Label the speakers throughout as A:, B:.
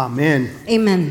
A: Amén.
B: Amen.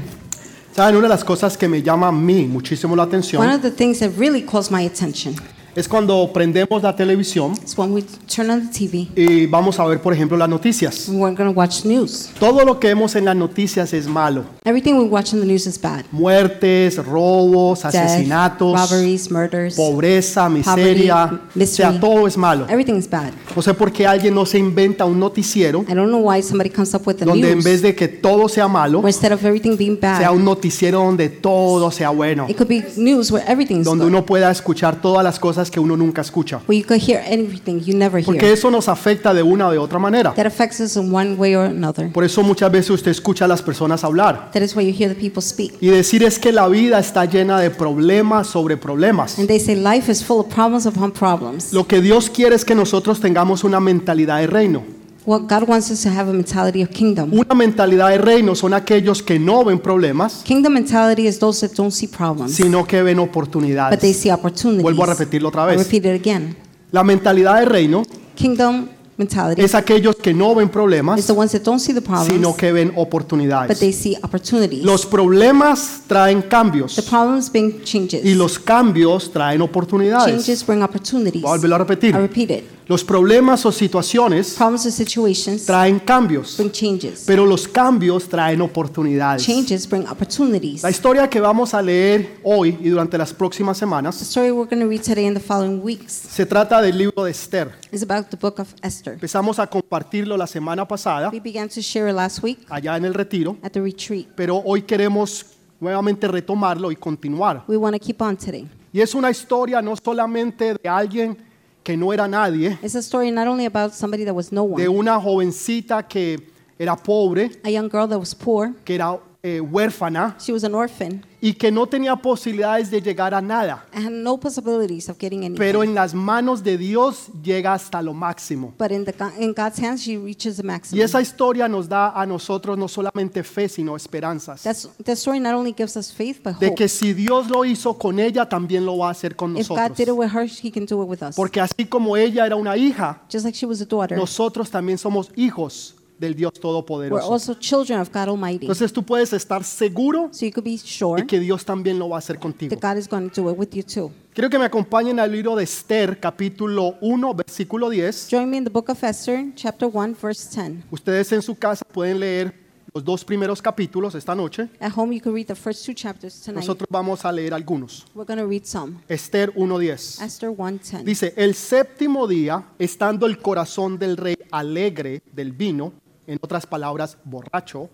A: Saben, una de las cosas que me llama a mí muchísimo la
B: One
A: atención
B: of the things that really calls my attention
A: es cuando prendemos la televisión
B: is when we turn on the TV
A: y vamos a ver, por ejemplo, las noticias.
B: and we're going to watch news.
A: Todo lo que vemos en las noticias es malo.
B: Everything we watch in the news is bad.
A: Muertes, robos,
B: Death,
A: asesinatos,
B: robberies, murders.
A: pobreza, miseria,
B: Poverty,
A: o sea,
B: misery.
A: todo es malo.
B: Everything is bad.
A: No sé por qué alguien no se inventa un noticiero
B: I don't know why somebody comes up with the
A: donde en
B: news
A: vez de que todo sea malo,
B: where instead of everything being
A: sea
B: bad,
A: un noticiero donde todo sea bueno,
B: it could be news where everything is
A: donde
B: good,
A: uno pueda escuchar todas las cosas que uno nunca escucha.
B: where you could hear everything you never
A: Porque
B: hear.
A: eso nos afecta de una o de otra manera.
B: That affects us in one way or another.
A: Por eso muchas veces usted escucha a las personas hablar
B: That is why you hear the people speak.
A: y decir es que la vida está llena de problemas sobre problemas.
B: And they say life is full of problems upon problems.
A: Lo que Dios quiere es que nosotros tengamos una mentalidad de reino.
B: What God wants us to have a mentality of kingdom.
A: Una mentalidad de reino son aquellos que no ven problemas,
B: Kingdom mentality is those that don't see problems,
A: sino que ven
B: but they
A: oportunidades.
B: see opportunities.
A: Vuelvo a repetirlo otra
B: I'll
A: vez.
B: repeat it again.
A: La mentalidad de reino
B: Kingdom mentality
A: es aquellos que no ven
B: is
A: problemas,
B: the ones that don't see the problems,
A: sino que ven
B: but
A: oportunidades.
B: they see opportunities.
A: Los problemas traen
B: the
A: cambios
B: problems bring changes.
A: y los cambios traen oportunidades.
B: changes bring opportunities.
A: Voy a volverlo a
B: I
A: repetir.
B: repeat it.
A: Los problemas o situaciones
B: Problems or situations
A: traen cambios,
B: bring changes.
A: pero los cambios traen oportunidades.
B: Changes bring opportunities.
A: La historia que vamos a leer hoy y durante las próximas
B: The
A: semanas
B: story we're going to read today and the following weeks
A: se trata del libro de Esther.
B: is about the book of Esther.
A: Empezamos a compartirlo la semana pasada,
B: We began to share it last week
A: allá en el retiro,
B: at the retreat.
A: pero hoy queremos nuevamente retomarlo y continuar.
B: We want to keep on today.
A: Y es una historia no solamente de alguien que no era nadie,
B: It's a story not only about somebody that was no
A: de
B: one,
A: una jovencita que era pobre,
B: a young girl that was poor.
A: que era eh, huérfana
B: She was an orphan
A: y que no tenía posibilidades de llegar a nada,
B: and had no possibilities of getting anything.
A: pero en las manos de Dios llega hasta lo máximo.
B: but in, the, go- in God's hands, she reaches the maximum.
A: Y esa historia nos da a nosotros no solamente fe, sino esperanzas.
B: That's, that story not only gives us faith, but
A: De
B: hope.
A: que si Dios lo hizo con ella, también lo va a hacer con
B: If God did it
A: nosotros.
B: with her, He can do it with us.
A: Porque así como ella era una hija,
B: Just like she was a daughter,
A: nosotros también somos hijos del Dios
B: we're
A: Todopoderoso.
B: also children of God Almighty.
A: Entonces tú puedes estar seguro
B: so you could be sure
A: de que Dios también lo va a hacer contigo.
B: that God is going to do it with you too.
A: Quiero que me acompañen al libro de Esther, capítulo 1, versículo 10.
B: Join me in the book of Esther, chapter 1, verse 10.
A: Ustedes en su casa pueden leer los dos primeros capítulos esta noche.
B: At home, you can read the first two chapters tonight.
A: Nosotros vamos a leer algunos.
B: We're going to read some.
A: Esther 1.10.
B: Esther 1:10.
A: Dice, el séptimo día, estando el corazón del rey alegre del vino, en otras palabras, borracho,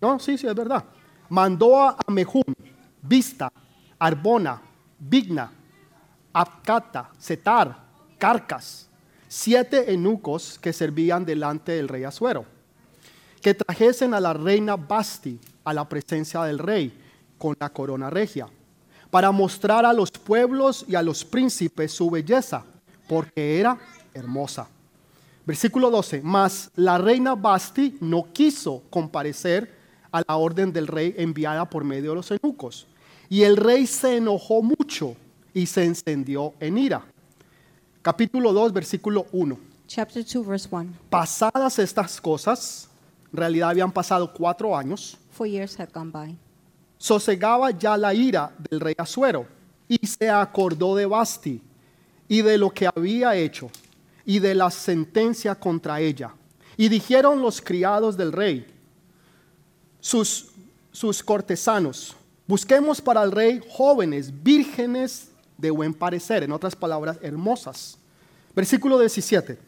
A: no, sí, sí, es verdad, mandó a Mejún, Vista, Arbona, Vigna, Abcata, Setar, Carcas, siete eunucos que servían delante del rey Azuero, que trajesen a la reina Basti a la presencia del rey con la corona regia, para mostrar a los pueblos y a los príncipes su belleza, porque era hermosa. Versículo 12. Mas la reina Basti no quiso comparecer a la orden del rey enviada por medio de los eunucos. Y el rey se enojó mucho y se encendió en ira. Capítulo 2, versículo 1.
B: Chapter 2, verse 1.
A: Pasadas estas cosas, en realidad habían pasado cuatro años,
B: Four years had gone by.
A: sosegaba ya la ira del rey Asuero y se acordó de Basti y de lo que había hecho y de la sentencia contra ella. Y dijeron los criados del rey, sus, sus cortesanos, busquemos para el rey jóvenes, vírgenes de buen parecer, en otras palabras, hermosas. Versículo 17.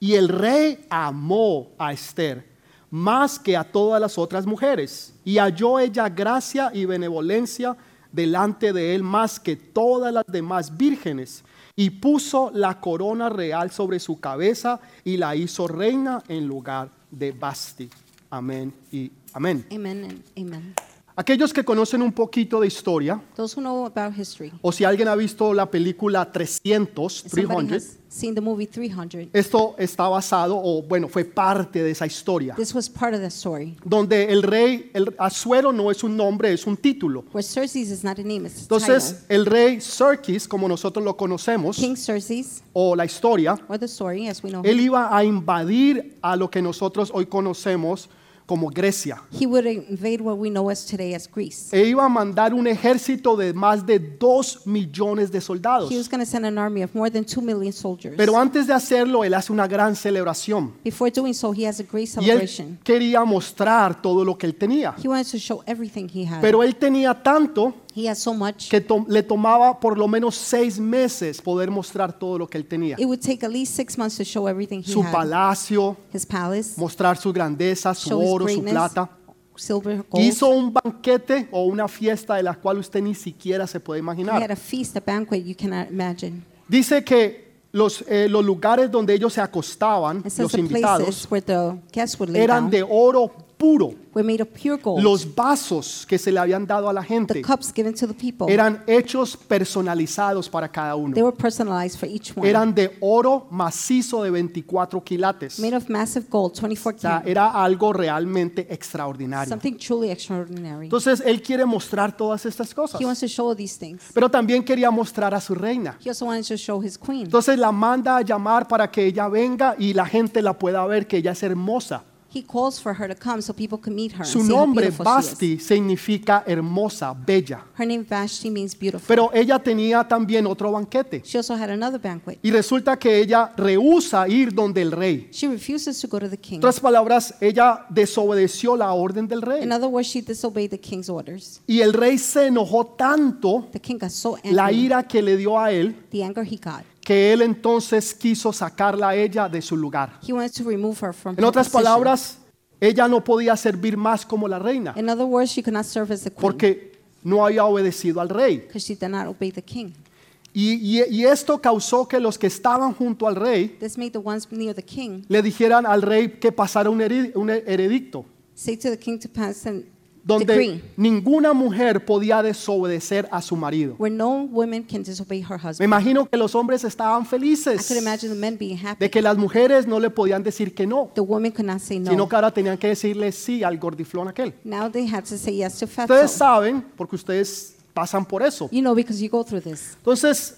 A: Y el rey amó a Esther más que a todas las otras mujeres, y halló ella gracia y benevolencia delante de él más que todas las demás vírgenes, y puso la corona real sobre su cabeza y la hizo reina en lugar de Basti. Amén y amén.
B: Amen and amen.
A: Aquellos que conocen un poquito de historia,
B: Those who know about history,
A: o si alguien ha visto la película 300,
B: if somebody
A: 300,
B: has seen the movie 300.
A: esto está basado, o bueno, fue parte de esa historia.
B: This was part of the story.
A: donde el rey, el Azuero no es un nombre, es un título.
B: Where Xerxes is not a name, it's a title.
A: Entonces, el rey Xerxes, como nosotros lo conocemos,
B: King Xerxes,
A: o la historia,
B: or the story as we know, him,
A: él iba a invadir a lo que nosotros hoy conocemos como Grecia.
B: He would invade what we know as today as Greece.
A: E iba a mandar un ejército de más de 2 millones de
B: He was
A: soldados.
B: going to send an army of more than 2 million soldiers.
A: Pero antes de hacerlo, él hace una gran celebración.
B: Before doing so, he has a great
A: Y él
B: celebration.
A: quería mostrar todo lo que él tenía.
B: He wanted to show everything he had.
A: Pero él tenía tanto
B: he has so much.
A: que to- le tomaba por lo menos seis meses poder mostrar todo lo que él tenía.
B: It would take at least six months to show everything he
A: Su
B: had.
A: palacio,
B: His palace,
A: mostrar su grandeza, su
B: show his
A: oro, su
B: greatness,
A: plata.
B: silver, gold.
A: Hizo un banquete o una fiesta de la cual usted ni siquiera se puede
B: he had
A: imaginar.
B: a feast, a banquet you cannot imagine.
A: Dice que los, eh, los lugares donde ellos se acostaban,
B: It says
A: los
B: the places
A: invitados,
B: where the guests would lay
A: eran
B: down
A: de oro puro.
B: were made of pure gold.
A: Los vasos que se le habían dado a la
B: the
A: gente
B: cups given to the people,
A: eran hechos personalizados para cada
B: they
A: uno.
B: were personalized for each one.
A: Eran de oro macizo de 24 quilates.
B: made of massive gold, 24
A: O sea,
B: karat,
A: era algo realmente extraordinario.
B: something truly extraordinary.
A: Entonces, él quiere mostrar todas estas cosas.
B: He wants to show these things.
A: Pero también quería mostrar a su reina.
B: He also wanted to show his queen.
A: Entonces la manda a llamar para que ella venga y la gente la pueda ver, que ella es hermosa.
B: He calls for her to come so people can meet her. and
A: Su
B: see how
A: nombre,
B: beautiful she is.
A: Basti, significa hermosa, bella.
B: Her name Vashti means beautiful.
A: Pero ella tenía también otro banquete.
B: She also had another banquet.
A: Y resulta que ella rehúsa ir donde el rey.
B: She refuses to go to the
A: En
B: king.
A: otras palabras, ella desobedeció la orden del rey.
B: In other words, she disobeyed the king's orders.
A: Y el rey se enojó tanto
B: The king got so angry,
A: la ira que le dio a él,
B: the anger he got.
A: que él entonces quiso sacarla a ella de su lugar.
B: He wanted to remove her from
A: En
B: her
A: otras
B: position.
A: palabras, ella no podía servir más como la reina.
B: In other words, she could not serve as the queen
A: porque no había obedecido al rey.
B: because she did not obey the king.
A: Y, y- y esto causó que los que estaban junto al rey
B: This made the ones near the king
A: le dijeran al rey que pasara un, heri- un heredicto,
B: say to the king to pass an
A: donde
B: decree
A: ninguna mujer podía desobedecer a su marido.
B: where no woman can disobey her
A: Me
B: husband.
A: imagino que los hombres estaban
B: I could
A: felices
B: imagine the men being happy.
A: de que las mujeres no le podían decir que no,
B: The woman could not say
A: sino
B: no.
A: que ahora tenían que decirle sí al gordiflón aquel.
B: Now they had to say yes to
A: Ustedes
B: Fatso.
A: saben, porque ustedes pasan por eso.
B: You know, because you go through this.
A: Entonces,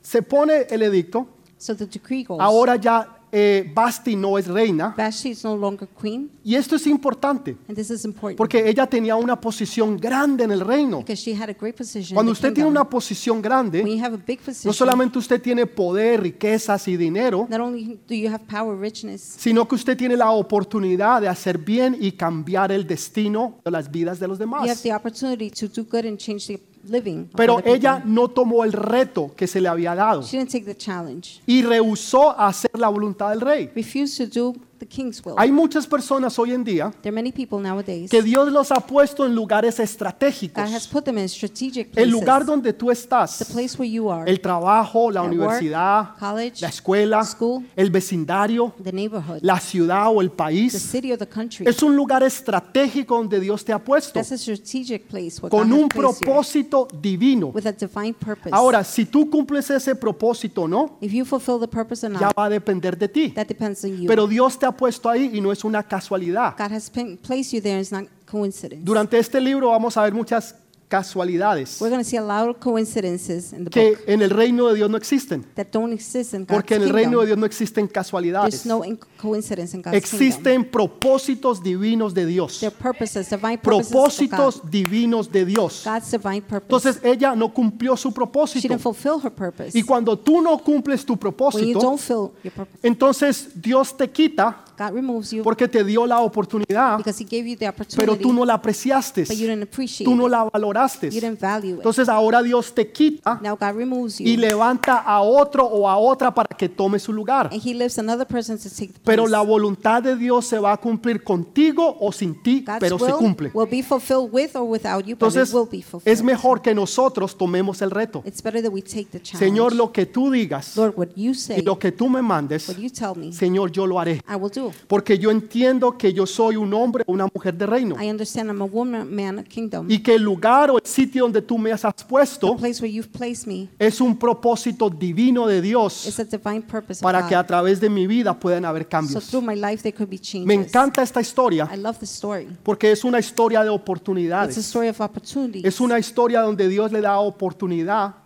A: se pone el edicto,
B: So the decree goes.
A: ahora ya eh, Basti no es reina,
B: Vashti is no longer queen,
A: Y esto es importante,
B: and this is important
A: porque ella tenía una posición grande en el reino.
B: because she had a great position. in
A: Cuando
B: the
A: usted tiene
B: kingdom.
A: una posición
B: when
A: grande,
B: you have a big position,
A: no solamente usted tiene poder, riquezas y dinero,
B: not only do you have power, richness,
A: sino que usted tiene la oportunidad de hacer bien y cambiar el destino de las vidas de los
B: you have
A: demás.
B: the opportunity to do good and change the living. of
A: Pero
B: other people.
A: ella no tomó el reto que se le había dado
B: she didn't take the challenge,
A: y rehusó a hacer la voluntad del rey.
B: refused to do the king's will.
A: Hay muchas personas hoy en día
B: there are many people nowadays
A: que Dios los ha puesto en lugares
B: God has
A: estratégicos.
B: put them in strategic
A: El
B: places.
A: lugar donde tú
B: the
A: estás
B: place where you are,
A: el trabajo, la
B: At work,
A: universidad,
B: college,
A: la escuela,
B: school.
A: el vecindario,
B: the neighborhood,
A: la ciudad o el
B: the
A: país.
B: city or the country.
A: Es un lugar estratégico donde Dios te ha puesto
B: That's a strategic place where
A: con
B: God has
A: un
B: placed you,
A: propósito divino.
B: with a divine purpose.
A: Ahora, si tú cumples ese propósito o no,
B: if you fulfill the purpose or not,
A: ya va a depender de ti.
B: that depends on you.
A: Pero Dios te ha puesto ahí y no es una casualidad.
B: God has pin- placed you there. It's not coincidence.
A: Durante este libro vamos a ver muchas casualidades
B: We're going to see a lot of coincidences in the
A: que
B: book
A: en el reino de Dios no existen,
B: that don't exist in God's
A: porque en el
B: kingdom.
A: reino de Dios no existen
B: There's
A: casualidades.
B: no in- coincidence in God's kingdom.
A: Existen propósitos divinos de Dios.
B: There are purposes, divine purposes of
A: propósitos
B: God.
A: divinos de Dios.
B: God's divine purpose.
A: Entonces ella no cumplió su
B: she
A: propósito.
B: didn't fulfill her purpose.
A: Y cuando tú no cumples tu
B: when you
A: propósito,
B: don't fill your purpose,
A: entonces Dios te quita
B: God removes you
A: porque te dio la oportunidad,
B: because He gave you the opportunity,
A: pero tú no la apreciaste,
B: but you didn't appreciate
A: tú no
B: it.
A: la valoraste.
B: You didn't value it.
A: Entonces ahora Dios te quita
B: now God removes
A: y
B: you,
A: levanta a otro o a otra para que tome su lugar.
B: and He lifts another person to take the place.
A: Pero la voluntad de Dios se va a cumplir contigo o sin ti,
B: God's
A: pero se
B: will
A: cumple.
B: will be fulfilled with or without you, but
A: Entonces
B: it will be
A: es
B: fulfilled.
A: mejor que nosotros tomemos el reto.
B: It's better that we take the challenge.
A: Señor, lo que tú digas
B: Lord, what you say,
A: y lo que tú me mandes,
B: what you tell me,
A: Señor, yo lo haré.
B: I will do.
A: Porque yo entiendo que yo soy un hombre o una mujer de reino.
B: I understand I'm a woman, man of kingdom.
A: Y que el lugar o el sitio donde tú me has puesto
B: The place where you've placed me
A: es un propósito divino de
B: is
A: Dios
B: a divine purpose
A: para
B: of
A: que a
B: God.
A: través de mi vida puedan haber
B: So
A: cambios.
B: through my life, there could be
A: Me
B: changes.
A: encanta esta
B: I
A: historia
B: love the story.
A: porque es una historia de
B: It's a
A: oportunidades.
B: story of opportunity.
A: Es una historia donde Dios le da oportunidad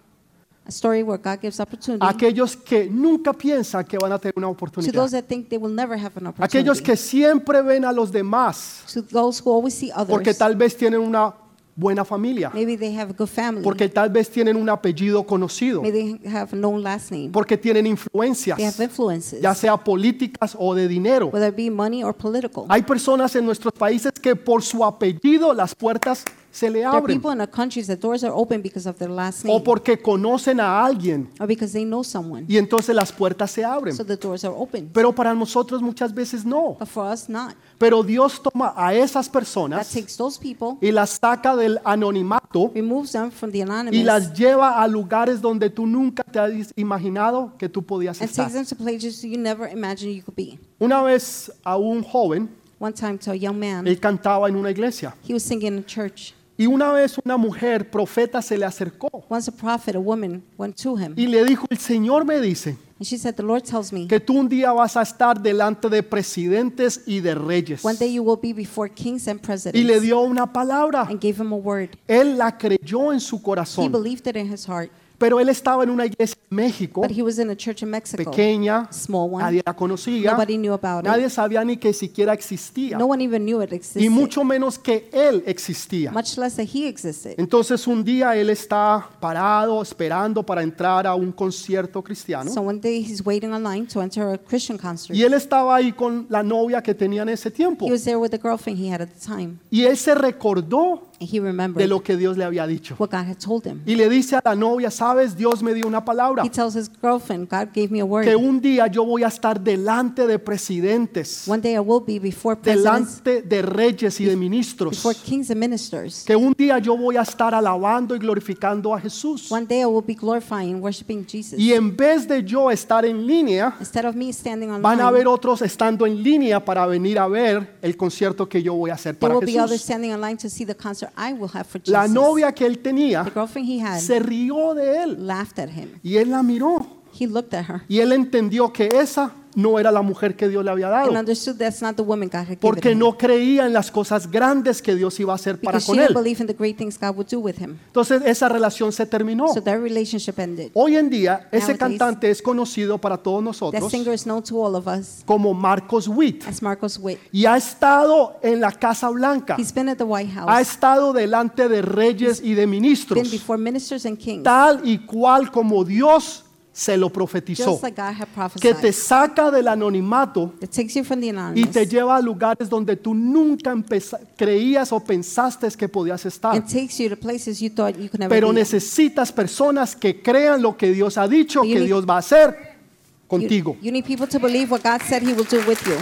B: A story where God gives opportunity
A: a aquellos que nunca piensan que van a tener una
B: to those
A: oportunidad,
B: that think they will never have an opportunity.
A: aquellos que siempre ven a los demás
B: to those who always see others.
A: porque tal vez tienen una buena familia,
B: Maybe they have a good family.
A: porque tal vez tienen un apellido conocido,
B: Maybe they have a known last name.
A: porque tienen
B: They have
A: influencias,
B: influences,
A: ya sea políticas o de dinero.
B: whether it be money or political.
A: Hay personas en nuestros países que por su apellido las puertas se le
B: There are
A: abren
B: people in our countries that doors are open because of their last name
A: o porque conocen a alguien
B: or because they know someone.
A: y entonces las puertas se abren.
B: So the doors are open.
A: Pero para nosotros muchas veces no.
B: But for us, not.
A: Pero Dios toma a esas
B: That
A: personas
B: takes those people,
A: y las saca del anonimato
B: removes them from the
A: y las
B: anonymous,
A: lleva a lugares donde tú nunca te has imaginado que tú podías
B: and
A: estar.
B: takes them to places you never imagined you could be.
A: Una vez a un joven,
B: One time to a young man,
A: él cantaba en una iglesia
B: he was singing in church.
A: y una vez una mujer profeta se le acercó
B: Once a prophet, a woman, went to him,
A: y le dijo, el Señor me dice
B: and she said, The Lord tells me,
A: que tú un día vas a estar delante de presidentes y de reyes.
B: one day you will be before kings
A: Y
B: and
A: le
B: presidents,
A: dio una palabra.
B: and gave him a word.
A: Él la creyó en su
B: He
A: corazón,
B: believed it in his heart,
A: pero él estaba en una iglesia en México
B: but he was in a church in Mexico.
A: pequeña,
B: Small one.
A: nadie la conocía,
B: Nobody knew about it.
A: nadie sabía ni que siquiera existía,
B: No one even knew it existed,
A: y mucho menos que él existía.
B: much less that he existed.
A: Entonces un día él está parado esperando para entrar a un concierto cristiano
B: So one day he's waiting online to enter a Christian concert.
A: y él estaba ahí con la novia que tenía en ese tiempo
B: He was there with the girlfriend he had at the time,
A: y él se recordó
B: and he
A: de
B: remembered
A: lo que Dios le había dicho
B: what God had told him.
A: y le dice a la novia, sabes, Dios me dio una palabra
B: He tells his girlfriend, God gave me a
A: que
B: word.
A: un día yo voy a estar delante de presidentes,
B: One day I will be before presidents,
A: delante de reyes y de
B: before
A: ministros,
B: kings and ministers.
A: que un día yo voy a estar alabando y glorificando a Jesús.
B: One day I will be glorifying, worshiping Jesus.
A: Y en vez de yo estar en línea,
B: Instead of me standing online,
A: van a haber otros estando en línea para venir a ver el concierto que yo voy a hacer
B: there
A: para
B: will be others
A: Jesús.
B: standing online to see the concert I will have for Jesus.
A: La novia que él tenía
B: the girlfriend he had
A: se rió de él
B: laughed at him.
A: y él la miró
B: He looked at her
A: y él entendió que esa no era la mujer que Dios le había dado.
B: and understood that's not the woman God had given
A: porque
B: him.
A: no creía en las cosas grandes que Dios iba a hacer para
B: because she
A: con
B: didn't
A: él.
B: believe in the great things God would do with him.
A: Entonces esa relación se terminó.
B: So their relationship ended.
A: Hoy en día ese
B: Nowadays,
A: cantante es conocido para todos
B: That
A: nosotros
B: singer is known to all of us
A: como Marcos Witt
B: as Marcos Witt.
A: y ha estado en la Casa Blanca,
B: He's been at the White House,
A: ha estado delante de reyes y de
B: been
A: ministros,
B: before ministers and kings,
A: tal y cual como Dios se lo profetizó,
B: just like God had
A: que
B: prophesied.
A: te saca del anonimato
B: that takes you from the
A: y te
B: anonymous
A: lleva a lugares donde tú nunca empeza- creías o pensaste que podías estar.
B: and takes you to places you thought you could never
A: Pero
B: be.
A: necesitas personas que crean lo que Dios ha dicho
B: Pero
A: que
B: ni-
A: Dios va a hacer
B: you,
A: contigo.
B: you need people to believe what God said He will do with you.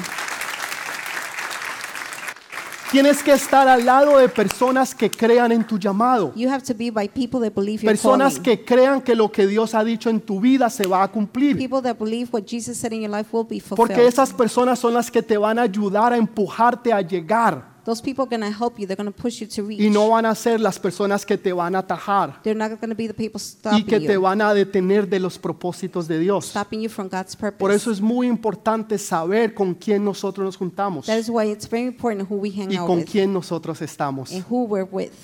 A: Tienes que estar al lado de personas que crean en tu llamado.
B: You have to be by people that believe your
A: Personas
B: calling.
A: que crean que lo que Dios ha dicho en tu vida se va a cumplir.
B: People that believe what Jesus said in your life will be fulfilled.
A: Porque esas personas son las que te van a ayudar a empujarte a llegar.
B: Those people are going to help you. They're going to push you to reach.
A: Y no van a ser las personas que te van a atajar
B: They're not going to be the people stopping
A: y que te
B: you,
A: van a detener de los propósitos de Dios.
B: stopping you from God's purpose.
A: Por eso es muy importante saber con quién nosotros nos juntamos
B: that is why it's very important who we hang
A: y
B: out
A: con
B: with
A: quién nosotros estamos.
B: and who we're with.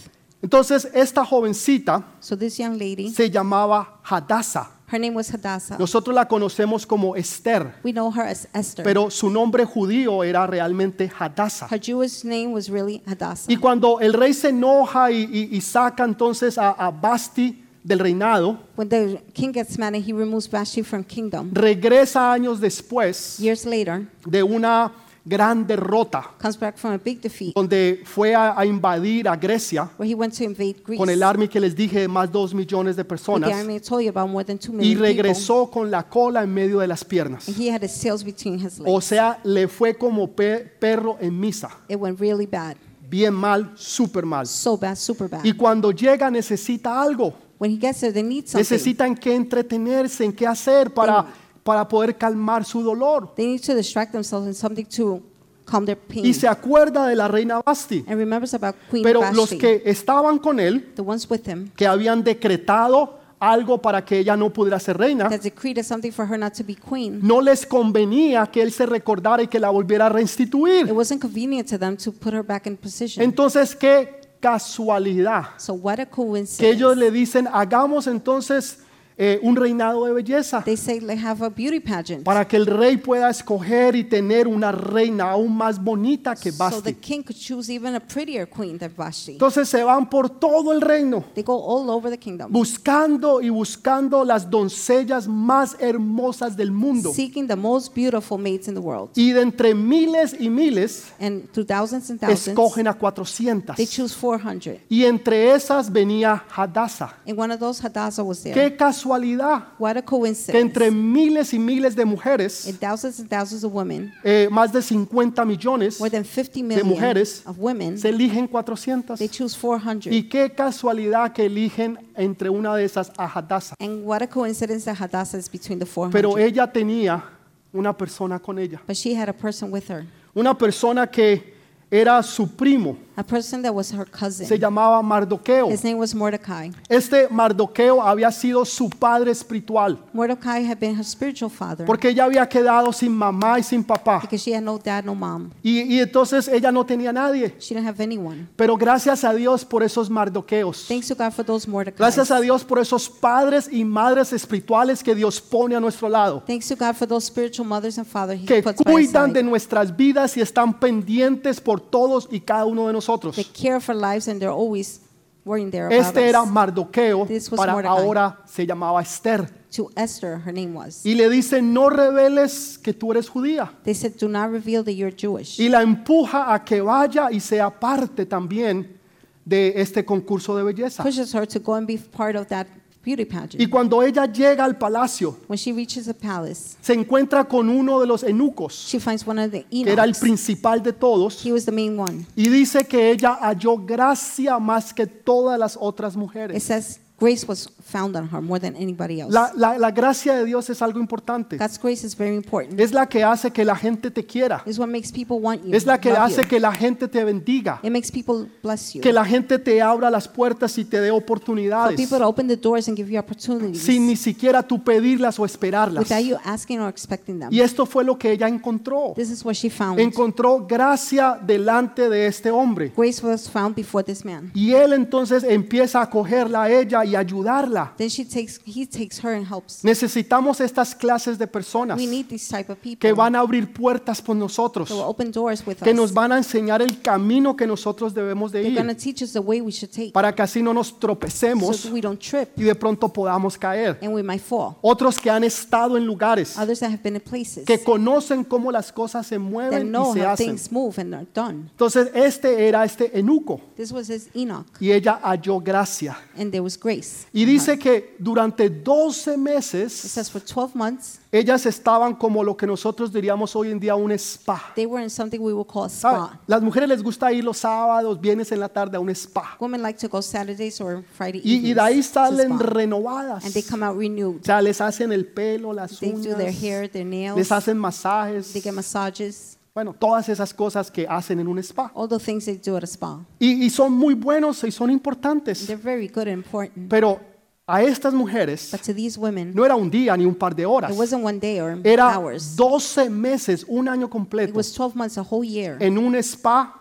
A: Entonces, esta jovencita
B: So this young lady,
A: se llamaba Hadassah.
B: her name was Hadassah.
A: Nosotros la conocemos como Esther,
B: We know her as Esther.
A: pero su nombre judío era realmente Hadassah.
B: her Jewish name was really Hadassah.
A: Y cuando el rey se enoja y, y- y saca entonces a, a Basti del reinado,
B: When the king gets mad and he removes Vashti from kingdom,
A: regresa años después
B: years later,
A: de una gran derrota,
B: comes back from a big defeat
A: donde fue a- a invadir a Grecia
B: where he went to invade Greece.
A: con el army que les dije de más dos millones de
B: with the
A: personas
B: army I told you about more than two
A: y
B: million people.
A: regresó con la cola en medio de las piernas.
B: And he had his sails between his legs.
A: O sea, le fue como pe- perro en misa,
B: it went really bad.
A: bien mal, súper mal.
B: So bad, super bad.
A: Y cuando llega necesita algo,
B: when he gets there, they need something.
A: necesitan qué entretenerse, en qué hacer para, para poder calmar su dolor.
B: They need to distract themselves in something to calm their pain.
A: Y se acuerda de la reina Basti,
B: and remembers about Queen
A: pero
B: Vashti,
A: los que estaban con él,
B: the ones with him,
A: que habían decretado algo para que ella no pudiera ser reina,
B: that decreed something for her not to be queen.
A: no les convenía que él se recordara y que la volviera a
B: It
A: reinstituir.
B: wasn't convenient to them to put her back in position.
A: Entonces, qué casualidad
B: so what
A: que
B: a
A: ellos
B: coincidence
A: le dicen, hagamos entonces eh, un reinado de belleza
B: They say they have a beauty pageant.
A: para que el rey pueda escoger y tener una reina aún más bonita que
B: So the
A: Basti.
B: king could choose even a prettier queen than Vashti.
A: Entonces se van por todo el reino
B: They go all over the kingdom,
A: buscando y buscando las doncellas más hermosas del mundo.
B: seeking the most beautiful maids in the world.
A: Y de entre miles y miles
B: And through thousands and thousands,
A: escogen a 400.
B: they choose 400.
A: Y entre esas venía Hadassah.
B: And one of those, Hadassah, was there.
A: Qué casualidad
B: What a
A: que entre
B: coincidence.
A: miles y miles de mujeres,
B: And thousands and thousands of women,
A: eh, más de 50 millones,
B: more than 50
A: de
B: million
A: mujeres,
B: of women,
A: se eligen 400.
B: they choose 400.
A: Y qué casualidad que eligen entre una de esas a Hadassah.
B: And what a coincidence that Hadassah is between the
A: Pero
B: 400.
A: ella tenía una persona con ella,
B: But she had a person with her,
A: una persona que era su primo,
B: a person that was her
A: se
B: cousin.
A: llamaba Mardoqueo.
B: His name was Mordecai.
A: Este Mardoqueo había sido su padre espiritual,
B: Mordecai had been her spiritual father
A: porque ella había quedado sin mamá y sin papá.
B: because she had no dad, no mom.
A: Y, y entonces ella no tenía nadie.
B: She didn't have anyone.
A: Pero gracias a Dios por esos Mardoqueos.
B: Thanks to God for those Mordecai.
A: Gracias a Dios por esos padres y madres espirituales que Dios pone a nuestro lado.
B: Thanks to God for those spiritual mothers and fathers he
A: que
B: puts by his
A: cuidan
B: side.
A: de nuestras vidas y están pendientes por todos y cada uno de
B: They
A: nosotros.
B: care for lives and they're always worrying there about
A: Este era
B: us.
A: Mardoqueo,
B: This was
A: para
B: Mordecai.
A: ahora se llamaba Esther.
B: To Esther, her name was.
A: Y le dice, no reveles que tú eres judía.
B: They said, do not reveal that you're Jewish.
A: Y la empuja a que vaya y sea parte también de este concurso de belleza.
B: Pushes her to go and be part of that beauty pageant.
A: Y cuando ella llega al palacio,
B: When she reaches the palace,
A: se encuentra con uno de los eunucos,
B: she finds one of the
A: que era el
B: Enochs.
A: principal de todos,
B: He was the main one.
A: y dice que ella halló gracia más que todas las otras
B: It
A: mujeres.
B: says grace was found on her more than anybody else.
A: La, la- la gracia de Dios es algo importante.
B: God's grace is very important.
A: Es la que hace que la gente te quiera.
B: It's what makes people want you.
A: Es la que
B: love you.
A: hace que la gente te bendiga.
B: It makes people bless you.
A: Que la gente te abra las puertas y te dé
B: For
A: oportunidades.
B: people to open the doors and give you opportunities
A: Sin ni siquiera tú pedirlas o esperarlas.
B: without you asking or expecting them.
A: Y esto fue lo que ella encontró.
B: This is what she found.
A: Encontró gracia delante de este hombre.
B: Grace was found before this man.
A: Y él entonces empieza a acogerla a ella y ayudarla.
B: Then she takes, he takes her and helps.
A: Necesitamos estas clases de personas
B: We need these type of people
A: que van a abrir puertas por nosotros.
B: that will open doors with
A: que
B: us.
A: nos van a enseñar el camino que nosotros debemos de
B: They're going to
A: ir
B: teach us the way we should take
A: para que así no nos
B: so
A: tropecemos
B: that we don't trip
A: y de pronto podamos caer.
B: and we might fall.
A: Otros que han estado en lugares
B: Others that have been in places
A: que conocen cómo las cosas se
B: that
A: mueven
B: know
A: y se
B: how
A: hacen.
B: things move and are done.
A: Entonces este era este enuco
B: This was his Enoch,
A: y ella halló gracia.
B: and there was grace.
A: Y dice que durante 12
B: It
A: meses
B: says for 12 months,
A: ellas estaban como lo que nosotros diríamos hoy en día un spa.
B: they were in something we would call a
A: ¿Sabe?
B: spa.
A: Las mujeres les gusta ir los sábados, viernes en la tarde a un spa.
B: Women like to go Saturdays or Friday
A: Y, y de ahí
B: evenings to
A: salen
B: spa.
A: renovadas.
B: and they come out
A: O
B: renewed.
A: sea, les hacen el pelo, las
B: They do
A: uñas,
B: their hair, their nails,
A: les hacen masajes,
B: they get massages,
A: bueno, todas esas cosas que hacen en un spa.
B: all the things they do at a spa.
A: Y, y son muy buenos y son importantes.
B: They're very good and important.
A: Pero a estas mujeres
B: But to these women,
A: no era un día ni un par de horas,
B: it wasn't one day or
A: era
B: hours.
A: 12 meses, un año
B: It
A: completo,
B: was 12 months, a whole year,
A: en un spa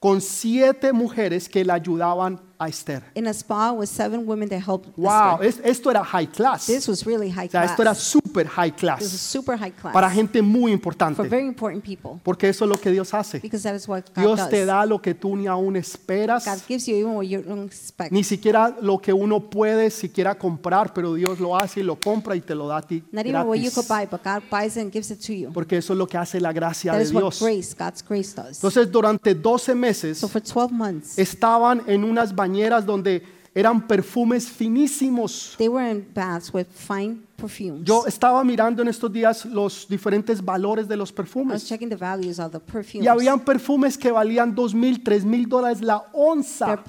A: con siete mujeres que le ayudaban a Esther.
B: in a spa with seven women that helped.
A: Wow,
B: Esther.
A: es- esto era high class.
B: This was really high
A: O sea, esto era
B: class.
A: super high
B: This was
A: class
B: super high class
A: para gente muy
B: for
A: importante,
B: very important people
A: porque eso es lo que Dios hace.
B: because that is what God
A: Dios te
B: does.
A: da lo que tú ni aún
B: God
A: esperas,
B: gives you even what you don't expect.
A: ni siquiera lo que uno puede siquiera comprar, pero Dios lo hace y lo compra y te lo da a ti
B: Not even what you
A: gratis.
B: could buy, but God buys it and gives it to you.
A: Porque eso es lo que hace la gracia
B: That
A: de
B: is what
A: Dios.
B: grace, God's grace does.
A: Entonces, durante 12 meses
B: So for 12 months,
A: estaban en unas bañeras donde eran perfumes finísimos.
B: they were in baths with fine perfumes.
A: Yo estaba mirando en estos días los diferentes valores de los
B: I was
A: perfumes.
B: checking the values of the perfumes.
A: Y habían perfumes que valían dos mil, tres mil dólares la
B: There
A: onza.
B: are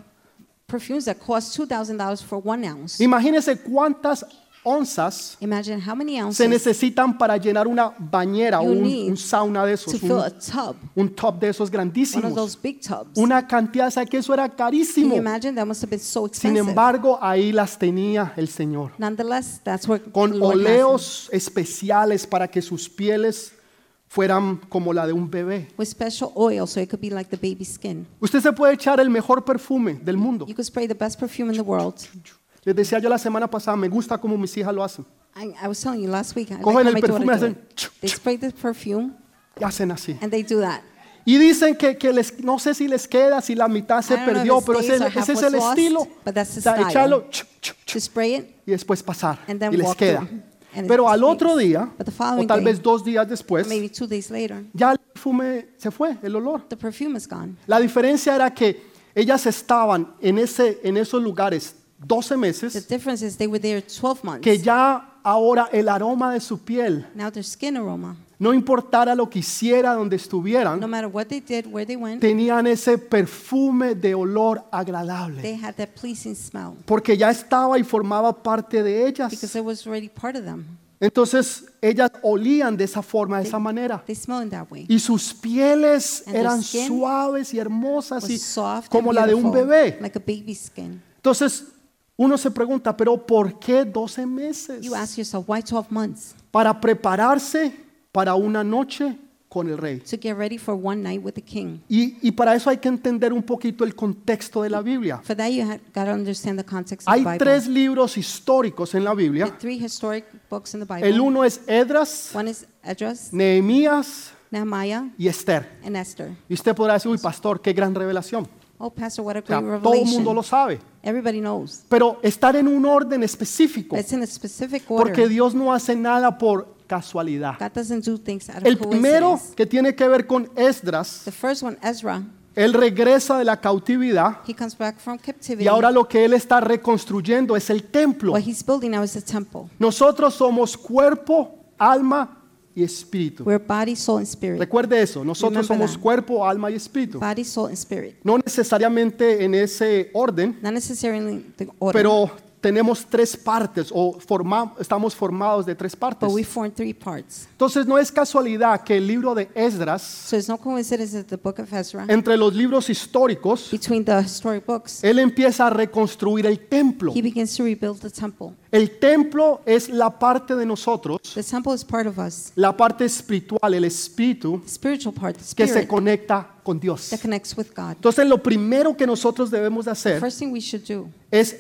B: perfumes that cost $2,000 for one ounce.
A: Imagínense cuántas onzas
B: Imagine how many
A: se
B: ounces
A: necesitan para llenar una bañera o
B: You
A: un,
B: need
A: un sauna de
B: to
A: esos,
B: fill a
A: un,
B: tub,
A: un top de esos
B: one of
A: grandísimos.
B: those big tubs.
A: Una cantidad, o sea que eso era
B: Can
A: carísimo.
B: you imagine? That must have been so
A: Sin
B: expensive.
A: embargo, ahí las tenía el Señor.
B: Nonetheless, that's where the
A: Con
B: Lord has them.
A: oleos especiales para que sus pieles fueran como la de un bebé.
B: with special oil, so it could be like the baby's skin.
A: Usted se puede echar el mejor perfume del mundo.
B: You could spray the best perfume in the world,
A: Les decía yo la semana pasada, me gusta cómo mis hijas lo hacen.
B: I, I was telling you last week. I like
A: Cogen el
B: how my daughter
A: perfume y
B: do it.
A: hacen
B: They spray the perfume
A: Y hacen así.
B: and they do that.
A: Y dicen que, que les, no sé si les queda, si la mitad se
B: I don't know if
A: perdió,
B: it
A: pero ese,
B: stays or half
A: ese es
B: was
A: el
B: lost,
A: estilo.
B: but that's the
A: O sea,
B: style.
A: echarlo ch, ch, ch,
B: To spray it.
A: y después pasar.
B: And then
A: Y les
B: walk
A: queda.
B: through. And it
A: Pero al
B: stays.
A: otro día,
B: But the
A: o
B: following
A: tal
B: day,
A: vez dos días después,
B: Maybe two days later,
A: ya el perfume se fue, el olor.
B: the perfume is gone.
A: La diferencia era que ellas estaban en, ese, en esos lugares 12
B: The
A: meses,
B: difference is they were there 12 months.
A: que ya ahora el aroma de su piel,
B: Now their skin aroma,
A: no importara lo que hiciera donde
B: no
A: estuvieran,
B: matter what they did, where they went,
A: tenían ese perfume de olor agradable.
B: they had that pleasing smell
A: Porque ya estaba y formaba parte de
B: because
A: ellas.
B: it was already part of them.
A: Entonces ellas olían de esa forma, de esa manera.
B: They smell in that way.
A: Y sus pieles
B: And their
A: eran
B: skin
A: suaves y hermosas,
B: was
A: y
B: soft and
A: como la de un
B: beautiful,
A: bebé.
B: Like a baby's skin.
A: Entonces, uno se pregunta, pero ¿por qué 12 meses?
B: You ask yourself, why 12 months?
A: Para prepararse para una noche con el rey.
B: To get ready for one night with the king.
A: Y, y para eso hay que entender un poquito el contexto de la Biblia.
B: For that, you had, got to understand the context of
A: Hay
B: the Bible.
A: tres libros históricos en la
B: There
A: Biblia.
B: are three historic books in the Bible.
A: El uno es Edras,
B: One is Esdras,
A: Nehemías
B: Nehemiah,
A: y Esther.
B: and Esther.
A: Y usted podrá decir, uy, pastor, qué gran revelación.
B: Oh, Pastor, what a
A: O sea,
B: great
A: todo el
B: revelation.
A: mundo lo sabe.
B: Everybody knows.
A: Pero estar en un orden específico,
B: It's in a specific order.
A: porque Dios no hace nada por casualidad.
B: God doesn't do things out of
A: El primero
B: coincidence.
A: que tiene que ver con Esdras,
B: The first one, Ezra,
A: él regresa de la cautividad
B: he comes back from captivity.
A: y ahora lo que él está reconstruyendo es el templo.
B: what he's building now is a temple.
A: Nosotros somos cuerpo, alma y espíritu.
B: We're body, soul, and spirit.
A: Recuerde eso, nosotros
B: Remember
A: somos
B: that.
A: cuerpo, alma y espíritu.
B: Body, soul, and spirit.
A: No necesariamente en ese orden,
B: Not necessarily the order,
A: pero tenemos tres partes o forma- estamos formados de tres partes.
B: but we form three parts.
A: Entonces no es casualidad que el libro de Esdras,
B: So it's no coincidence that the book of Ezra,
A: entre los libros históricos,
B: between the historic books,
A: él empieza a reconstruir el templo.
B: he begins to rebuild the temple.
A: El templo es la parte de nosotros,
B: The temple is part of us,
A: la parte espiritual, el espíritu
B: the spiritual part, the
A: que se
B: spirit
A: conecta con Dios.
B: that connects with God.
A: Entonces lo primero que nosotros debemos de
B: The
A: hacer
B: first thing we should do
A: es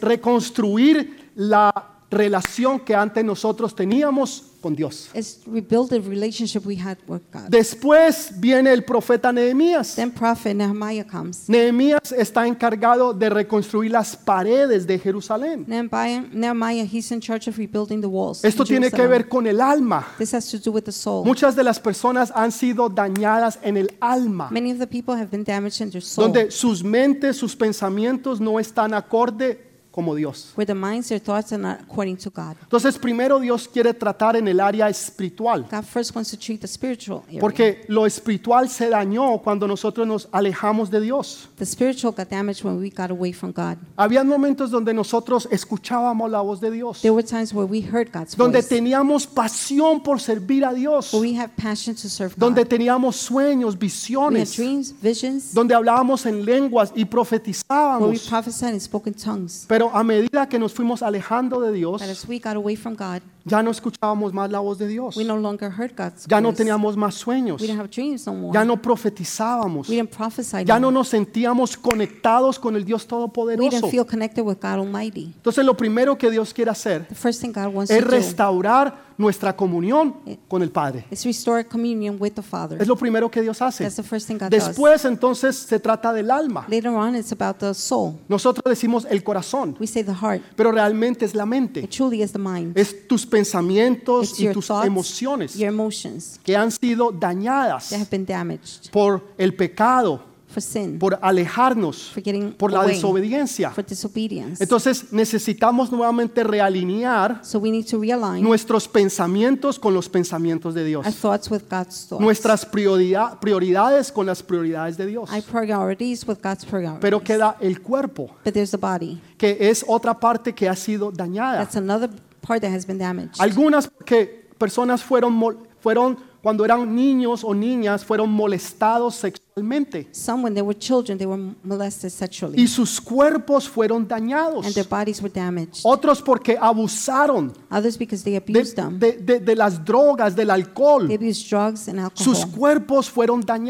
A: reconstruir la relación que antes nosotros teníamos con Dios.
B: is rebuild the relationship we had with God.
A: Después viene el profeta Nehemías.
B: Then prophet Nehemiah comes.
A: Nehemías está encargado de reconstruir las paredes de Jerusalén.
B: Nehemiah, Nehemiah, he's in charge of rebuilding the walls.
A: Esto
B: in
A: tiene que
B: Jerusalem.
A: ver con el alma.
B: This has to do with the soul.
A: Muchas de las personas han sido dañadas en el alma,
B: Many of the people have been damaged in their soul,
A: donde sus mentes, sus pensamientos no están acorde como Dios.
B: where their minds, their thoughts are not according to God.
A: Entonces, primero Dios quiere tratar en el área espiritual,
B: God first wants to treat the spiritual area.
A: porque lo espiritual se dañó cuando nosotros nos alejamos de Dios.
B: the spiritual got damaged when we got away from God.
A: Había momentos donde nosotros escuchábamos la voz de Dios,
B: There were times where we heard God's
A: donde
B: voice,
A: teníamos pasión por servir a Dios,
B: where we have passion to serve
A: donde
B: God.
A: teníamos sueños,
B: We had
A: visiones,
B: ah. dreams, visions,
A: donde hablábamos en lenguas y
B: where we
A: profetizábamos.
B: prophesied and spoke in tongues.
A: Pero a medida que nos fuimos alejando de Dios,
B: But as we got away from God,
A: ya no escuchábamos más la voz de Dios.
B: we no longer heard God's
A: Ya no
B: voice.
A: teníamos más sueños.
B: We didn't have dreams no more.
A: Ya no profetizábamos.
B: we didn't prophesy
A: Ya no
B: no more.
A: nos sentíamos conectados con el Dios
B: We didn't
A: Todopoderoso.
B: feel connected with God Almighty.
A: Entonces lo primero que Dios quiere hacer
B: The first thing God wants
A: es
B: to do Eh.
A: restaurar nuestra comunión con el Padre.
B: is restore communion with the Father.
A: Es lo primero que Dios hace.
B: That's the first thing God does.
A: Después entonces se trata del alma.
B: Later on, it's about the soul.
A: Nosotros decimos el corazón,
B: We say the heart.
A: pero realmente es la mente.
B: It truly is the mind.
A: Es tus pensamientos
B: It's
A: y
B: your
A: tus
B: thoughts,
A: emociones
B: your emotions
A: que han sido dañadas
B: that have been damaged
A: por el pecado,
B: for sin,
A: por alejarnos,
B: for getting
A: por la
B: away,
A: desobediencia.
B: for disobedience.
A: Entonces necesitamos nuevamente realinear
B: so we need to realign
A: nuestros pensamientos con los pensamientos de Dios,
B: our thoughts with God's thoughts,
A: nuestras prioridad- prioridades con las prioridades de Dios.
B: our priorities with God's priorities.
A: Pero queda el cuerpo,
B: but there's the body.
A: que es otra parte que ha sido dañada.
B: That's another part that has been damaged.
A: Algunas que personas fueron, mol- fueron cuando eran niños o niñas, fueron molestados sexualmente
B: Some, when they were children, they were molested sexually,
A: y sus cuerpos fueron dañados.
B: and their bodies were damaged.
A: Otros porque abusaron
B: Others because they
A: de,
B: abused them.
A: de- de- de las drogas, del
B: They
A: alcohol.
B: abused drugs and
A: Sus
B: alcohol.
A: cuerpos fueron
B: Their bodies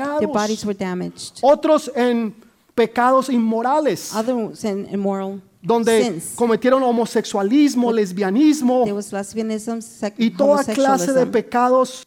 A: dañados.
B: were damaged.
A: Otros en pecados inmorales.
B: Others in immoral
A: Oh. donde
B: Sins.
A: cometieron homosexualismo, lesbianismo
B: There was lesbianism, sex,
A: y toda clase de
B: homosexualism,
A: pecados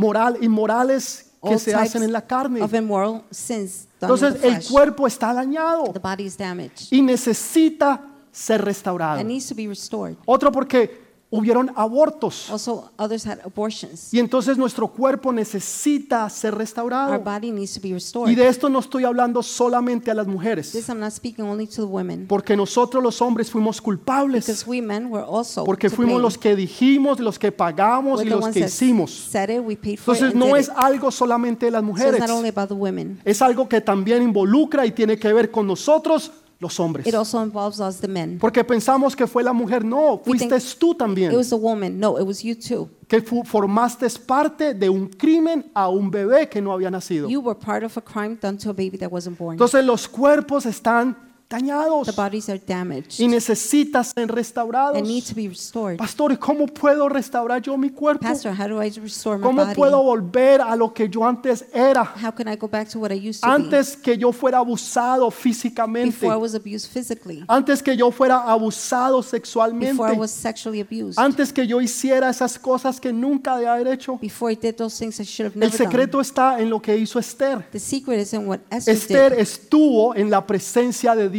A: moral, inmorales que
B: all
A: se
B: types
A: hacen en la carne.
B: Of immoral sins done in
A: Entonces
B: the
A: el
B: flesh.
A: cuerpo está dañado
B: The body is damaged.
A: y necesita ser
B: It
A: restaurado.
B: needs to be restored.
A: Otro porque hubieron abortos
B: Also, others had abortions.
A: y entonces nuestro cuerpo necesita ser
B: Our
A: restaurado.
B: body needs to be
A: Oh. Y
B: restored.
A: de esto no estoy hablando solamente a las mujeres,
B: This I'm not speaking only to the women.
A: porque nosotros los hombres fuimos culpables,
B: Because we men were also
A: porque
B: to
A: fuimos
B: blame.
A: los que dijimos, los que pagamos
B: We're
A: y
B: the
A: los
B: ones
A: que
B: that
A: hicimos.
B: Said it, we paid for
A: Entonces
B: it and
A: no
B: did
A: es
B: it.
A: algo solamente de las
B: So it's
A: mujeres,
B: not only about the women.
A: es algo que también involucra y tiene que ver con nosotros los hombres.
B: It also involves us, the men.
A: Porque pensamos que fue la mujer, no,
B: We
A: fuiste
B: think-
A: tú también,
B: It was the woman. No, it was you too.
A: que fu- formaste parte de un crimen a un bebé que no había nacido.
B: You were part of a crime done to a baby that wasn't born.
A: Entonces los cuerpos están dañados
B: The bodies are damaged
A: y necesitan ser
B: and need
A: restaurados.
B: to be restored.
A: Pastor, ¿y ¿cómo puedo restaurar yo mi cuerpo?
B: Pastor, how do I restore my
A: ¿Cómo puedo
B: body?
A: volver a lo que yo antes era?
B: How can I go back to what I used to
A: Antes que yo fuera abusado
B: be?
A: físicamente,
B: Before I was abused physically.
A: antes que yo fuera abusado sexualmente,
B: Before I was sexually abused.
A: antes que yo hiciera esas cosas que nunca debía haber hecho.
B: Before I did those things I should have
A: El
B: never done.
A: secreto está en lo que hizo Esther.
B: The secret is in what Esther
A: Esther
B: did.
A: estuvo en la presencia de Dios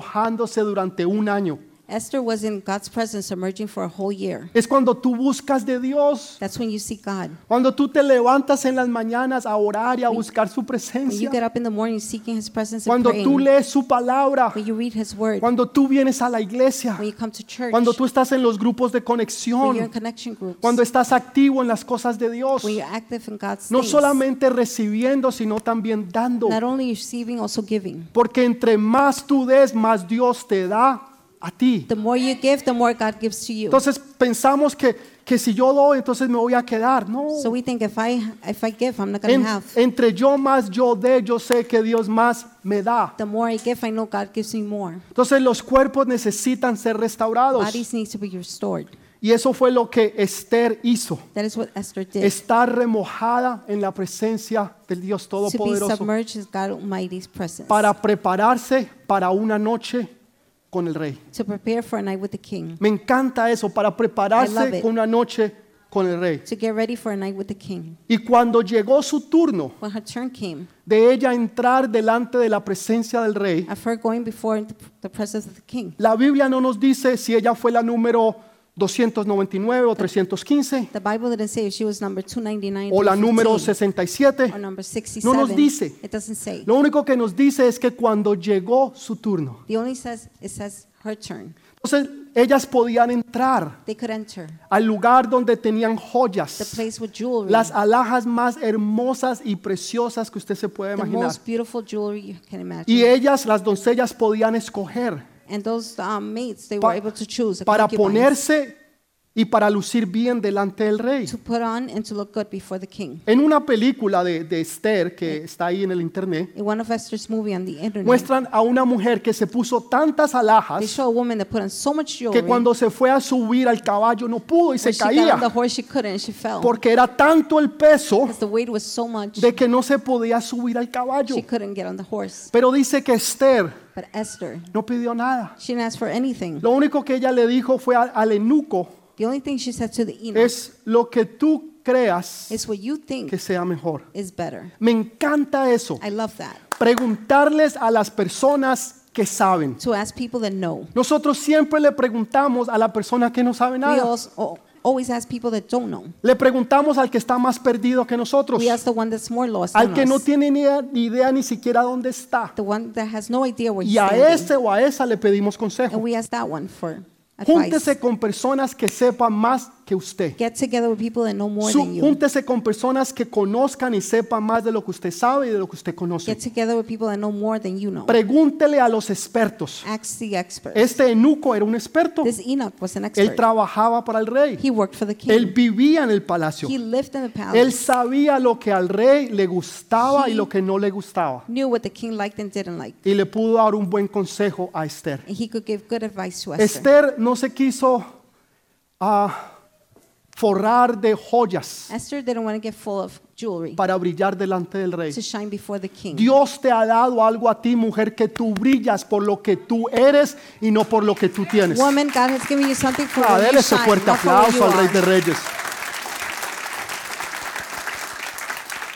A: remojándose durante un año.
B: Esther was in God's presence submerging for a whole year.
A: Es cuando tú buscas de Dios,
B: That's when you see God.
A: cuando tú te levantas en las mañanas a orar y a buscar su
B: When you
A: presencia,
B: get up in the morning seeking His presence and
A: cuando tú
B: praying.
A: lees su palabra,
B: When you read His Word.
A: cuando tú vienes a la iglesia,
B: When you come to church.
A: cuando tú estás en los grupos de
B: When you're
A: conexión,
B: in connection groups.
A: cuando estás activo en las cosas de Dios,
B: When you're active in God's
A: no
B: things.
A: solamente recibiendo, sino también dando,
B: Not only receiving, also giving.
A: porque entre más tú des, más Dios te da a ti.
B: The more you give, the more God gives to you.
A: Entonces pensamos que, que si yo doy, entonces me voy a quedar. No.
B: So we think if I if I give, I'm not going
A: En-
B: to have.
A: entre yo más yo dé, yo sé que Dios más me da.
B: The more I give, I know God gives me more.
A: Entonces los cuerpos necesitan ser restaurados.
B: Bodies need to be restored.
A: Y eso fue lo que Esther hizo.
B: That is what Esther did.
A: Estar remojada en la presencia del Dios
B: to be
A: Todopoderoso
B: submerged in God Almighty's presence.
A: para prepararse para una noche con el rey.
B: to prepare for a night with the king.
A: Me encanta eso, para
B: love
A: prepararse
B: it.
A: con una noche con el rey.
B: To get ready for a night with the king.
A: Y cuando llegó su turno
B: When her turn came,
A: de ella entrar delante de la presencia del rey,
B: of her going before the, the presence of the king.
A: La Biblia no nos dice si ella fue la número 299 o 315
B: The Bible didn't say if she was number 299
A: o la número
B: 315, or
A: 67.
B: number 67.
A: No nos dice.
B: It doesn't say.
A: Lo único que nos dice es que cuando llegó su turno,
B: The only says it says her turn.
A: entonces ellas podían entrar
B: They could enter
A: al lugar donde tenían
B: the
A: joyas,
B: place with jewelry.
A: las alhajas más hermosas y preciosas que usted se puede
B: the
A: imaginar.
B: most beautiful jewelry you can imagine.
A: Y ellas, las doncellas, podían escoger
B: And those um, maids, they
A: Pa-
B: were able to choose the
A: para
B: concubines
A: ponerse y para lucir bien delante del rey.
B: to put on and to look good before the king.
A: En una película de, de Esther que está ahí en el internet,
B: In one of Esther's movie on the Eh. internet,
A: muestran a una mujer que se puso tantas
B: they
A: alhajas
B: show a woman that put on so much jewelry
A: que cuando se fue a subir al caballo no pudo y
B: when
A: se
B: she got on the
A: caía
B: horse she couldn't and she fell
A: porque era tanto el peso
B: because the weight was so much
A: de que no se podía subir al caballo.
B: she couldn't get on the horse.
A: Pero dice que Esther
B: But Esther,
A: no pidió nada.
B: she didn't ask for anything.
A: Lo único que ella le dijo fue a- al eunuco
B: The only thing she said to the eunuch
A: es lo que tú creas
B: is what you think
A: que sea mejor.
B: is better.
A: Me encanta eso.
B: I love that.
A: Preguntarles a las personas que saben.
B: To ask people that know.
A: Nosotros siempre le preguntamos a la persona que no sabe
B: We
A: nada.
B: also, al- always ask people that don't know.
A: Le preguntamos al que está más perdido que nosotros,
B: We ask the one that's more lost
A: al
B: than
A: que no
B: us.
A: tiene ni idea, ni idea ni siquiera dónde está.
B: The one that has no idea where he's
A: Y a
B: standing.
A: ese o a esa le pedimos
B: And
A: consejo.
B: we asked that one for advice.
A: Júntese con personas que sepan más que usted.
B: Get together with people that know more
A: Su-
B: than you.
A: júntese con personas que conozcan y sepan más de lo que usted sabe y de lo que usted conoce.
B: Get together with people that know more than you know.
A: Pregúntele a los expertos.
B: Ask the expert.
A: Este eunuco era un experto.
B: This Enoch was an
A: Él
B: expert.
A: trabajaba para el rey.
B: He worked for the
A: Él
B: king.
A: vivía en el palacio.
B: He lived in the
A: Él
B: palace.
A: sabía lo que al rey le gustaba y
B: He-
A: lo que no le gustaba.
B: Knew what the king liked and didn't like.
A: y le pudo dar un buen consejo a Esther.
B: And he could give good advice to Esther.
A: Esther no se quiso ah, forrar de joyas
B: Esther didn't want to get full of jewelry
A: para brillar delante del rey.
B: to shine before the king.
A: Dios te ha dado algo a ti, mujer, que tú brillas por lo que tú eres y no por lo que tú tienes.
B: Woman, God has given you something for
A: Ah,
B: when
A: dele
B: you
A: ese
B: shine,
A: fuerte
B: not for what
A: aplauso
B: you
A: al Rey
B: are.
A: de Reyes.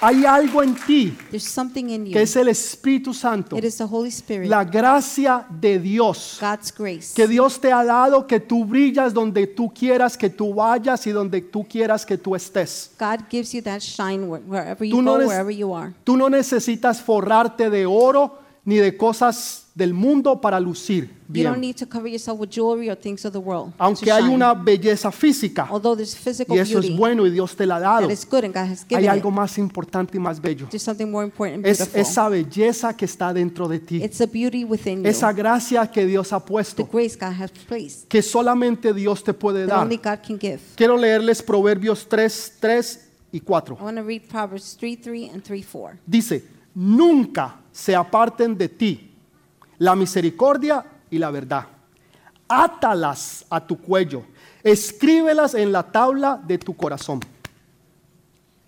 A: Hay algo en ti
B: There's something in you.
A: que es el Espíritu Santo,
B: It is the Holy Spirit,
A: la gracia de Dios
B: God's grace.
A: que Dios te ha dado, que tú brillas donde tú quieras que tú vayas y donde tú quieras que tú estés.
B: God gives you that shine where- wherever you
A: Tú no,
B: go,
A: neces-
B: wherever you are.
A: tú no necesitas forrarte de oro ni de cosas del mundo para lucir
B: You don't
A: bien.
B: need to cover yourself with jewelry or things of the world. to
A: Aunque hay
B: shine.
A: una belleza física
B: Although there's physical
A: y eso es
B: beauty
A: bueno y Dios te la ha dado,
B: that is good and God has given
A: hay algo
B: it,
A: más importante y más bello.
B: there's something more important and
A: Es
B: beautiful.
A: esa belleza que está dentro de ti,
B: it's the beauty within
A: esa
B: you,
A: gracia que Dios ha
B: the
A: puesto,
B: grace God has placed
A: que solamente Dios te puede
B: that
A: dar.
B: only God can give.
A: Quiero leerles Proverbios 3, 3 y 4.
B: I want to read Proverbs 3, 3 and 3, 4.
A: Dice, nunca se aparten de ti la misericordia y la verdad. Átalas a tu cuello, escríbelas en la tabla de tu corazón.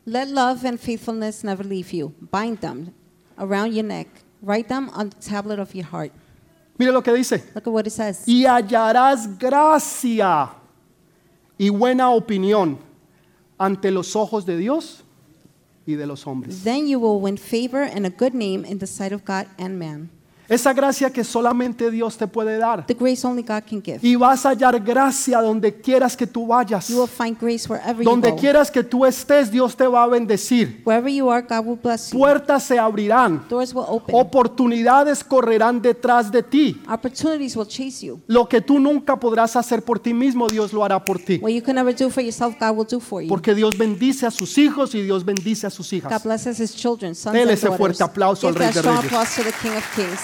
B: Let love and faithfulness never leave you. Bind them around your neck. Write them on the tablet of your heart.
A: Mire lo que dice,
B: Look at what it says.
A: y hallarás gracia y buena opinión ante los ojos de Dios y de los hombres.
B: Then you will win favor and a good name in the sight of God and man.
A: Esa gracia que solamente Dios te puede dar.
B: The grace only God can give.
A: Y vas a hallar gracia donde quieras que tú vayas.
B: You will find grace wherever you
A: Donde
B: go.
A: quieras que tú estés, Dios te va a bendecir.
B: Wherever you are, God will bless you.
A: Puertas se abrirán.
B: Doors will open.
A: Oportunidades correrán detrás de ti.
B: Opportunities will chase you.
A: Lo que tú nunca podrás hacer por ti mismo, Dios lo hará por ti.
B: What you can never do for yourself, God will do for you.
A: Porque Dios bendice a sus hijos y Dios bendice a sus
B: God
A: hijas.
B: blesses his children, sons
A: Dele
B: and
A: ese
B: daughters.
A: fuerte aplauso al
B: Give
A: Rey
B: that
A: de
B: strong
A: Reyes.
B: applause to the King of Kings.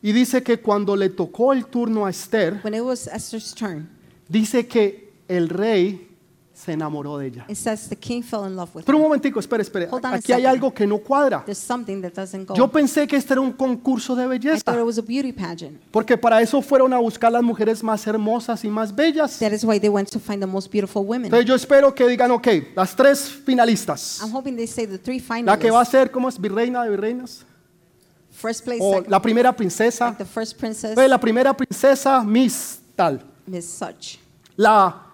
A: Y dice que cuando le tocó el turno a Esther,
B: When it was Esther's turn,
A: dice que el rey se enamoró de ella.
B: it says the king fell in love with
A: Pero
B: her.
A: un momentico, espera, espera.
B: Hold on a
A: Aquí hay
B: second.
A: algo que no cuadra.
B: There's something that doesn't go.
A: Yo pensé que este era un concurso de
B: I thought it
A: belleza,
B: was a beauty pageant.
A: porque para eso fueron a buscar las mujeres más hermosas y más bellas.
B: That is why they went to find the most beautiful women.
A: Entonces yo espero que digan, ok, las tres finalistas.
B: I'm hoping they say the three
A: La que va a
B: finalists.
A: ser, ¿cómo es? Virreina de virreinas.
B: First place,
A: O
B: second,
A: la primera princesa.
B: like the first princess,
A: Entonces, la primera princesa, Miss tal.
B: Miss Such.
A: La,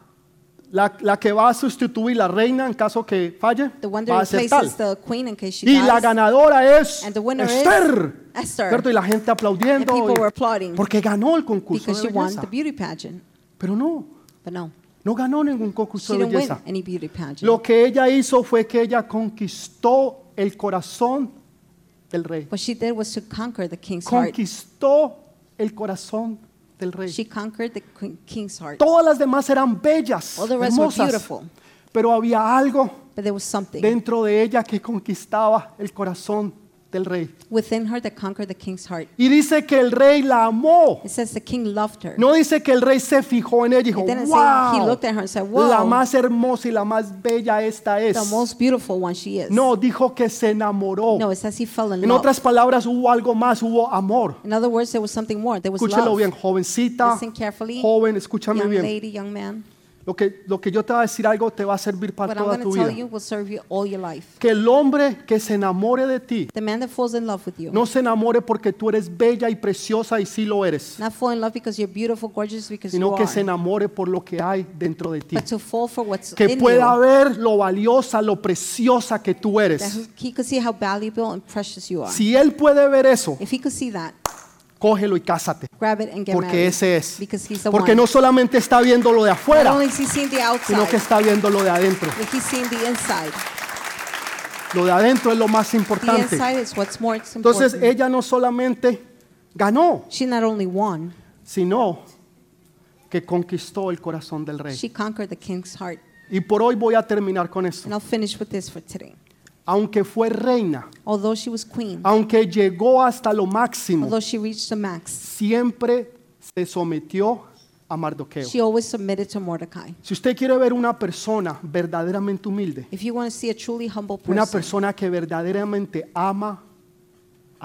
A: la, la que va a sustituir la reina en caso que falle,
B: The one
A: va
B: that
A: a ser tal.
B: replaces the queen in case she
A: Y la
B: dies.
A: ganadora es
B: And the winner is
A: Esther.
B: Esther.
A: ¿Cierto? Y la gente aplaudiendo.
B: And people
A: y-
B: were applauding.
A: porque ganó el concurso
B: Because
A: de
B: she won
A: belleza.
B: the beauty pageant.
A: Pero no,
B: But no,
A: no ganó ningún concurso
B: she
A: de
B: didn't win
A: belleza.
B: any beauty pageant.
A: Lo que ella hizo fue que ella conquistó el corazón del rey.
B: What she did was to conquer the king's heart.
A: Conquistó el corazón del rey.
B: She conquered the queen- king's heart.
A: Todas las demás eran bellas,
B: All the rest were
A: hermosas,
B: beautiful.
A: pero había algo
B: But there was something
A: dentro de ella que conquistaba el corazón del rey.
B: within her that conquered the king's heart.
A: Y dice que el rey la amó.
B: It says the king loved her.
A: No dice que el rey se fijó en ella y dijo,
B: It didn't say he
A: wow,
B: looked at her and said,
A: la
B: "Wow,
A: más hermosa y la más bella esta es.
B: the most beautiful one she is.
A: No, dijo que se enamoró.
B: No, it says he fell in
A: En
B: love.
A: otras palabras, hubo algo más, hubo amor.
B: In other words, there was something more. There was
A: Escúchalo
B: love.
A: bien, jovencita,
B: Listen carefully,
A: joven, escúchame
B: young
A: bien.
B: lady, young man.
A: Lo que, lo que yo te voy a decir algo te va a servir para
B: What I'm
A: toda
B: going
A: tu
B: to tell
A: vida.
B: you will serve you all your life.
A: Que el hombre que se enamore de ti,
B: The man that falls in love with you,
A: no se enamore porque tú eres bella y preciosa y sí lo eres,
B: not fall in love because you're beautiful, gorgeous, because you
A: sino que se
B: are,
A: enamore por lo que hay dentro de ti.
B: but to fall for what's
A: Que
B: in
A: pueda
B: you.
A: ver lo valiosa, lo preciosa que tú
B: That
A: eres.
B: he- he could see how valuable and precious you are.
A: Si él puede ver eso,
B: If he could see that,
A: cógelo y cásate.
B: grab it and get
A: Porque
B: married.
A: ese es.
B: Because he's the
A: Porque
B: one.
A: no solamente está viendo lo de
B: Not
A: afuera,
B: only is he seeing the
A: sino
B: outside,
A: que está viendo lo de adentro.
B: but he's seeing the inside.
A: Lo de adentro es lo más
B: The
A: importante.
B: inside is what's more important.
A: Entonces ella no solamente ganó,
B: she not only won,
A: sino que conquistó el corazón del rey.
B: she conquered the king's heart.
A: Y por hoy voy a terminar con esto.
B: And I'll finish with this for today.
A: Aunque fue reina,
B: Although she was queen,
A: aunque llegó hasta lo máximo,
B: although she reached the max,
A: siempre se sometió a Mardoqueo.
B: she always submitted to Mordecai.
A: Si usted quiere ver una persona verdaderamente humilde,
B: If you want to see a truly humble
A: una
B: person,
A: persona que verdaderamente ama a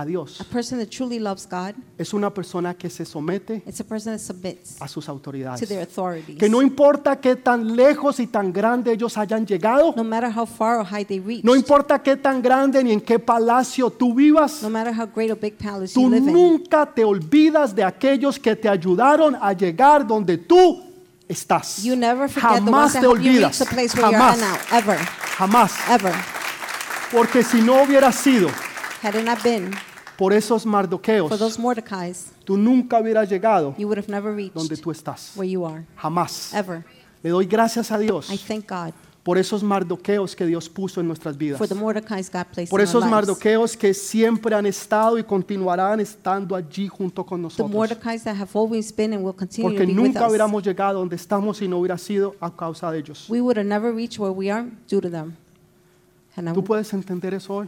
B: A
A: Dios
B: person that truly loves God
A: es una persona que se somete
B: is a person that submits
A: a sus
B: to their
A: autoridades.
B: authorities.
A: Ah, Que no importa qué tan lejos y tan grande ellos hayan llegado,
B: No matter how far or high they reach,
A: no importa qué tan grande ni en qué palacio tú vivas,
B: no matter how great or big palace you
A: tú
B: live in,
A: nunca te olvidas de aquellos que te ayudaron a llegar donde tú estás.
B: you never forget the ones
A: Jamás
B: that
A: te
B: help you reach
A: olvidas.
B: the place where
A: Jamás,
B: you are now, ever,
A: jamás.
B: ever.
A: Porque si no hubiera sido
B: Had it not been
A: por esos mardoqueos,
B: for those Mordecai's,
A: tú nunca hubieras llegado
B: you would have never reached
A: donde tú estás.
B: where you are,
A: Jamás.
B: ever.
A: Le doy gracias a Dios
B: I thank God
A: por esos mardoqueos que Dios puso en nuestras vidas.
B: for the Mordecai's God placed
A: Por
B: in
A: esos
B: our lives.
A: mardoqueos que siempre han estado y continuarán estando allí junto con
B: The
A: nosotros.
B: Mordecai's that have always been and will continue
A: Porque
B: to be with
A: nunca
B: us.
A: hubiéramos llegado donde estamos si no hubiera sido a causa de ellos.
B: We would have never reached where we are due to them. And I,
A: Tú puedes entender eso hoy.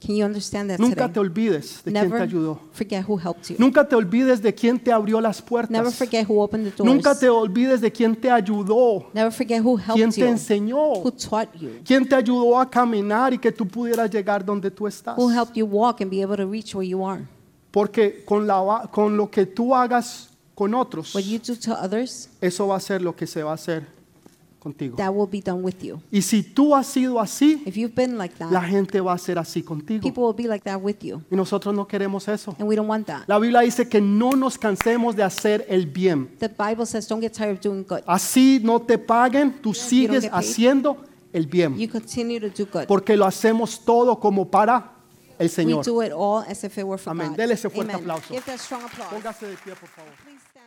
B: can you understand that
A: Nunca te
B: today?
A: olvides de quién te
B: Never
A: ayudó.
B: forget who helped you.
A: Nunca te olvides de quién te abrió las
B: Never
A: puertas.
B: forget who opened the doors.
A: Nunca te olvides de quién te ayudó,
B: Never forget who helped
A: quién te
B: you,
A: enseñó,
B: who taught you,
A: quién te ayudó a caminar y que tú pudieras llegar donde tú estás.
B: who helped you walk and be able to reach where you are.
A: Porque con, la va- con lo que tú hagas con otros,
B: What you do to others,
A: eso va a ser lo que se va a hacer contigo.
B: that will be done with you.
A: Y si tú has sido así,
B: If you've been like
A: la
B: that,
A: gente va a ser así contigo.
B: people will be like that with you.
A: Y nosotros no queremos eso.
B: And we don't want that.
A: La Biblia dice que no nos cansemos de hacer el bien.
B: The Bible says don't get tired of doing good.
A: Así no te paguen, tú sigues
B: get paid.
A: haciendo el bien.
B: You continue to do good.
A: Porque lo hacemos todo como para el
B: We
A: Señor.
B: do it all as if it were for
A: Amén.
B: God.
A: Dele ese fuerte
B: Amen.
A: aplauso.
B: Give that strong applause.
A: Póngase de pie, por favor.
B: Please stand.